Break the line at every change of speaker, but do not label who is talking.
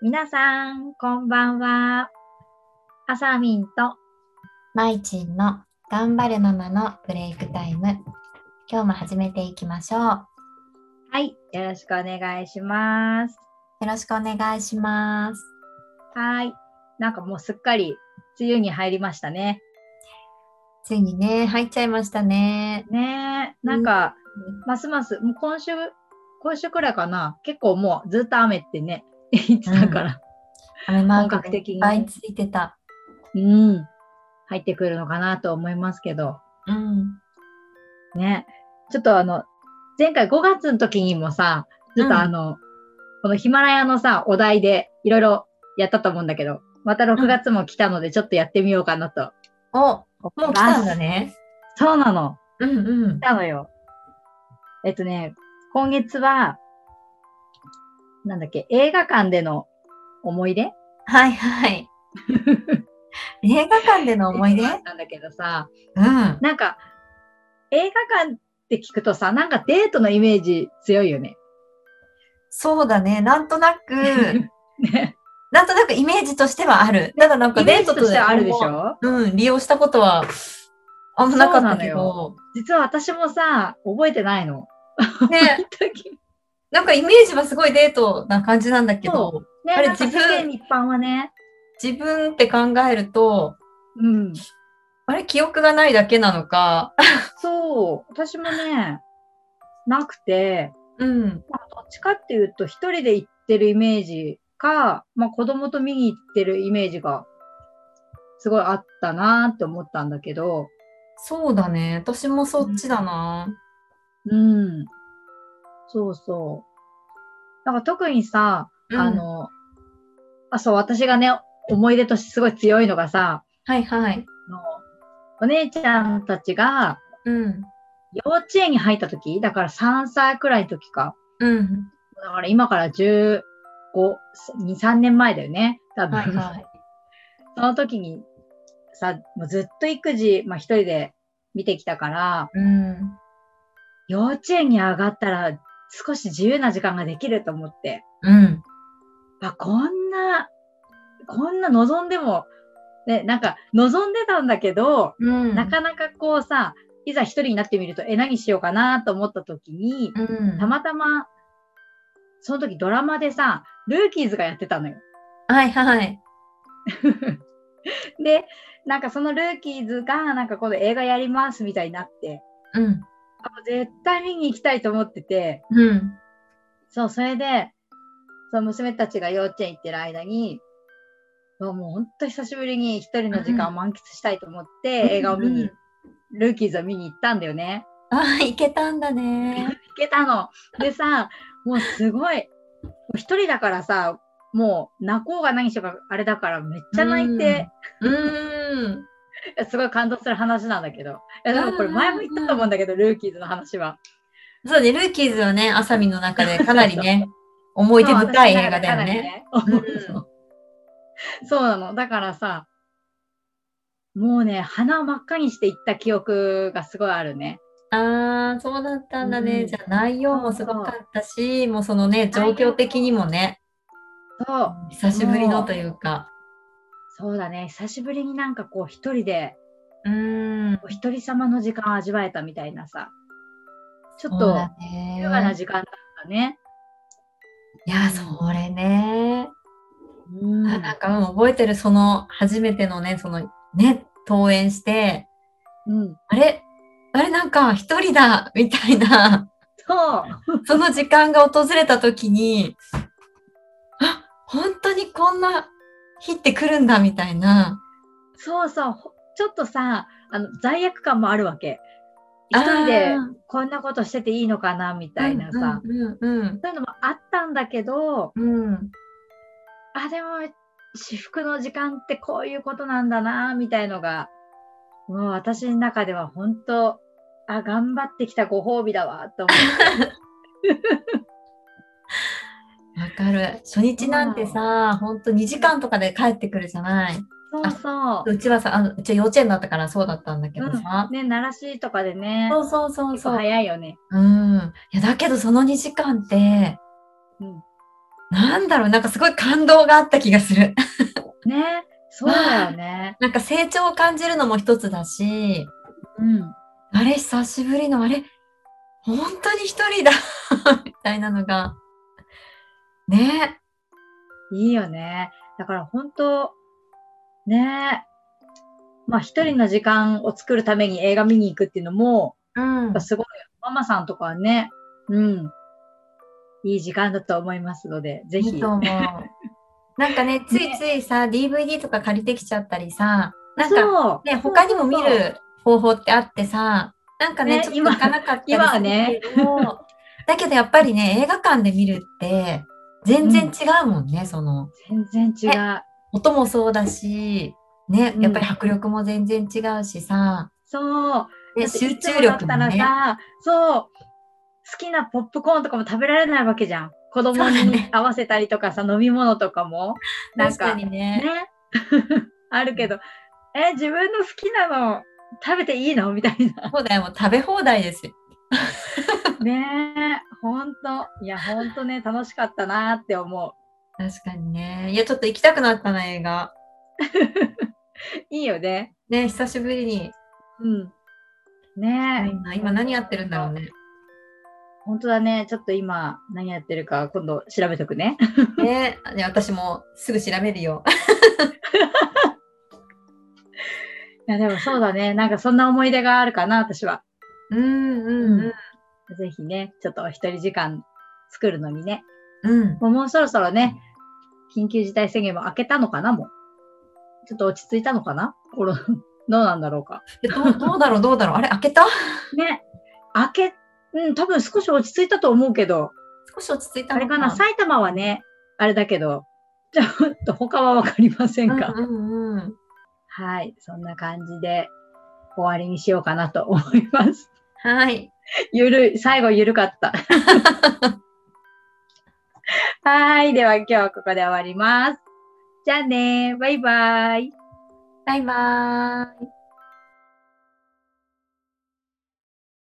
皆さん、こんばんは。あさみんと、
まいちんの頑張るママのブレイクタイム。今日も始めていきましょう。よ
はい、よろしくお願いします。
ろしくお願いします。
はい。なんかもうすっかり梅雨に入りましたね。
ついにね、入っちゃいましたね。
ねえ、なんか、ますます、もう今週、今週くらいかな、結構もうずっと雨ってね、 言ってたから、
雨マーク
本格的に
いっぱいついてた。
うん、入ってくるのかなと思いますけど、
うん。
ね。ちょっとあの、前回5月の時にもさ、ちょっとあの、このヒマラヤのさ、お題でいろいろやったと思うんだけど、また6月も来たので、ちょっとやってみようかなと。
お、もう来たんだね。
そうなの。
うんうん
来。たのよ。えっとね、今月は、なんだっけ、映画館での思い出
はい はい。映画館での思い出
だったんだけどさ、
うん。
なんか、映画館って聞くとさ、なんかデートのイメージ強いよね。
そうだね。なん となく、
ね
なんとなくイメージとしてはある。ただなんか
イメ
デ
ー
ー
ジ
ト
と
と
してはあるでし
も
ょ
ううん、利用したことはあんまなかったけど。
実は私もさ、覚えてないの。
ね。
時
なんかイメージはすごいデートな感じなんだけ
そ
ど、
ね、
あれ
なんか
自分
世間一般はね。
自分って考えると、
うん。
あれ記憶がないだけなのか、
そう。私もね、なくて、
うん、
まあ、どっちかっていうと、一人で行ってるイメージか、まあ、子供と見に行ってるイメージが、すごいあったなって思ったんだけど、
そうだね。私もそっちだな。
うん。そうそう。なんか特にさ、
うん
あ、の、あ、そう、私がね、思い出としてすごい強いのがさ、
はいはい。
あのお姉ちゃんたちが
うん、
幼稚園に入った時、だから3歳くらいの時か。
うん、
だから今から15、2、3年前だよね。多分。
はい はい。
その時にさ、もうずっと育児、まあ一人で見てきたから、
うん、
幼稚園に上がったら少し自由な時間ができると思って、
うん、
あ、こんな、こんな望んでも、ね、なんか望んでたんだけど、
うん、
なかなかこうさ、いざ一人になってみると、え、何しようかなと思った時に、
うん、
たまたま、その時ドラマでさ、ルーキーズがやってたのよ。
はいはい。
で、なんかそのルーキーズが、なんかこの映画やりますみたいになって、
うん、
あもう絶対見に行きたいと思ってて、
うん、
そう、それで、その娘たちが幼稚園行ってる間に、うわもう本当久しぶりに一人の時間を満喫したいと思って、映画を見に、
うん
ルーキーズを見に行ったんだよね。
あー、行けたんだね。
行けたの。でさ、もうすごい、もう一人だからさ、もう泣こうが何しようがあれだからめっちゃ泣いて、
うん、
すごい感動する話なんだけど。いや、でもこれ前も言ったと思うんだけど、ルーキーズの話は。
そうね、ルーキーズはね、あさみの中でかなりね、思い出
そう
深い映画だよね。。
私の中で
う
かなり
ん
ねそうなの。だからさ、もうね、鼻を真っ赤にしていった記憶がすごいあるね。
ああ、そうだったんだね。
うん
じゃあ内容もすごかったし、もうそのね、状況的にもね、
そう、
久しぶりのというか。
そうだね。久しぶりになんかこう一人で、
うーん。
お一人様の時間を味わえたみたいなさ、ちょっ
そう
と
だ
優雅な
ね。
時間だったね。
いや、それね。
うん
あなんか、うん覚えてる、その初めてのね、そのね、登園して、
うん、
あれあれなんか一人だみたい な、
そう、
その時間が訪れた時に、あ、本当にこんな日って来るんだみたいな。
そうそう。ほちょっとさ、あの罪悪感もあるわけ。一人で
あー
こんなことしてていいのかなみたいなさ。
うんうん
そういうのもあったんだけど、
うん。うん
あ、でも、私服の時間ってこういうことなんだな、みたいのが、もう私の中では本当、あ、頑張ってきたご褒美だわ、と思って。
わかる。初日なんてさ、ほんと2時間とかで帰ってくるじゃない。
そう そう
ちはさ、あのうちは幼稚園だったからそうだったんだけどさ。。
ね、鳴らしとかでね、
そうそうそう
結
そ
構
う。
早いよね。
うん。いや、だけどその2時間って、
うん
なんだろう、なんかすごい感動があった気がする。
ね。そうだよね。
なんか成長を感じるのも一つだし、
うん。
あれ、久しぶりの、あれ、本当に一人だ みたいなのが。ね
いいよね。だから本当、ねまあ一人の時間を作るために映画見に行くっていうのも、
うん
やっぱすごい、ママさんとかはね、うん。いい時間だと思いますので、ぜひ。
いいと思う。なんかね、ついついさ、DVD とか借りてきちゃったりさ、なんか
そう
ね、他にも見。
そうそう
る方法ってあってさ、なんかね、
ね
ちょっと行かなかったり
今は
するけども、だけどやっぱりね、映画館で見るって、全然違うもんね、その、
そう全然違う。
音もそうだし、ね
う、ん
やっぱり迫力も全然違うしさ、
そう。
ね、
だって
集中力
いつだ
も
ったら
ね。
さ、そう。好きなポップコーンとかも食べられないわけじゃん。子供
そうだ
に
ね
合わせたりとかさ、飲み物とかも。なん
確
か
かにね。
ね。 あるけど、え、自分の好きなの食べていいのみたいな。
そうだよ、もう食べ放題ですよ。
ねえ、ほんと。いや、ほんとね、楽しかったなって思
確かにね。いや、ちょっと行きたくなったな、映画。
う。いいよね。
ね、久しぶりに。
うん。ねえ、
今何やってるんだろうね。
ほんとだね。ちょっと今、何やってるか、今度調べとくね。
ね、ね私もすぐ調べるよ。
いや、でもそうだね。なんかそんな思い出があるかな、私は。
うん
うんぜひね、ちょっとお一人時間作るのにね。
うん。
もうもうそろそろね、緊急事態宣言も明けたのかなもう。ちょっと落ち着いたのかなコロどうなんだろうか。
でどうどうだろうどうだろうあれ開けた
ね。明け、うん、多分少し落ち着いたと思うけど、
少し落ち着いた
あれ
の
か
か
な、埼玉はね、あれだけど、 ちょっと他はわかりませんか。
うんうんうん。
はい。そんな感じで終わりにしようかなと思います。
はい。
ゆるい、最後ゆるかった。 はい。では今日はここで終わります。じゃあね。バイバイ。
バイバーイ。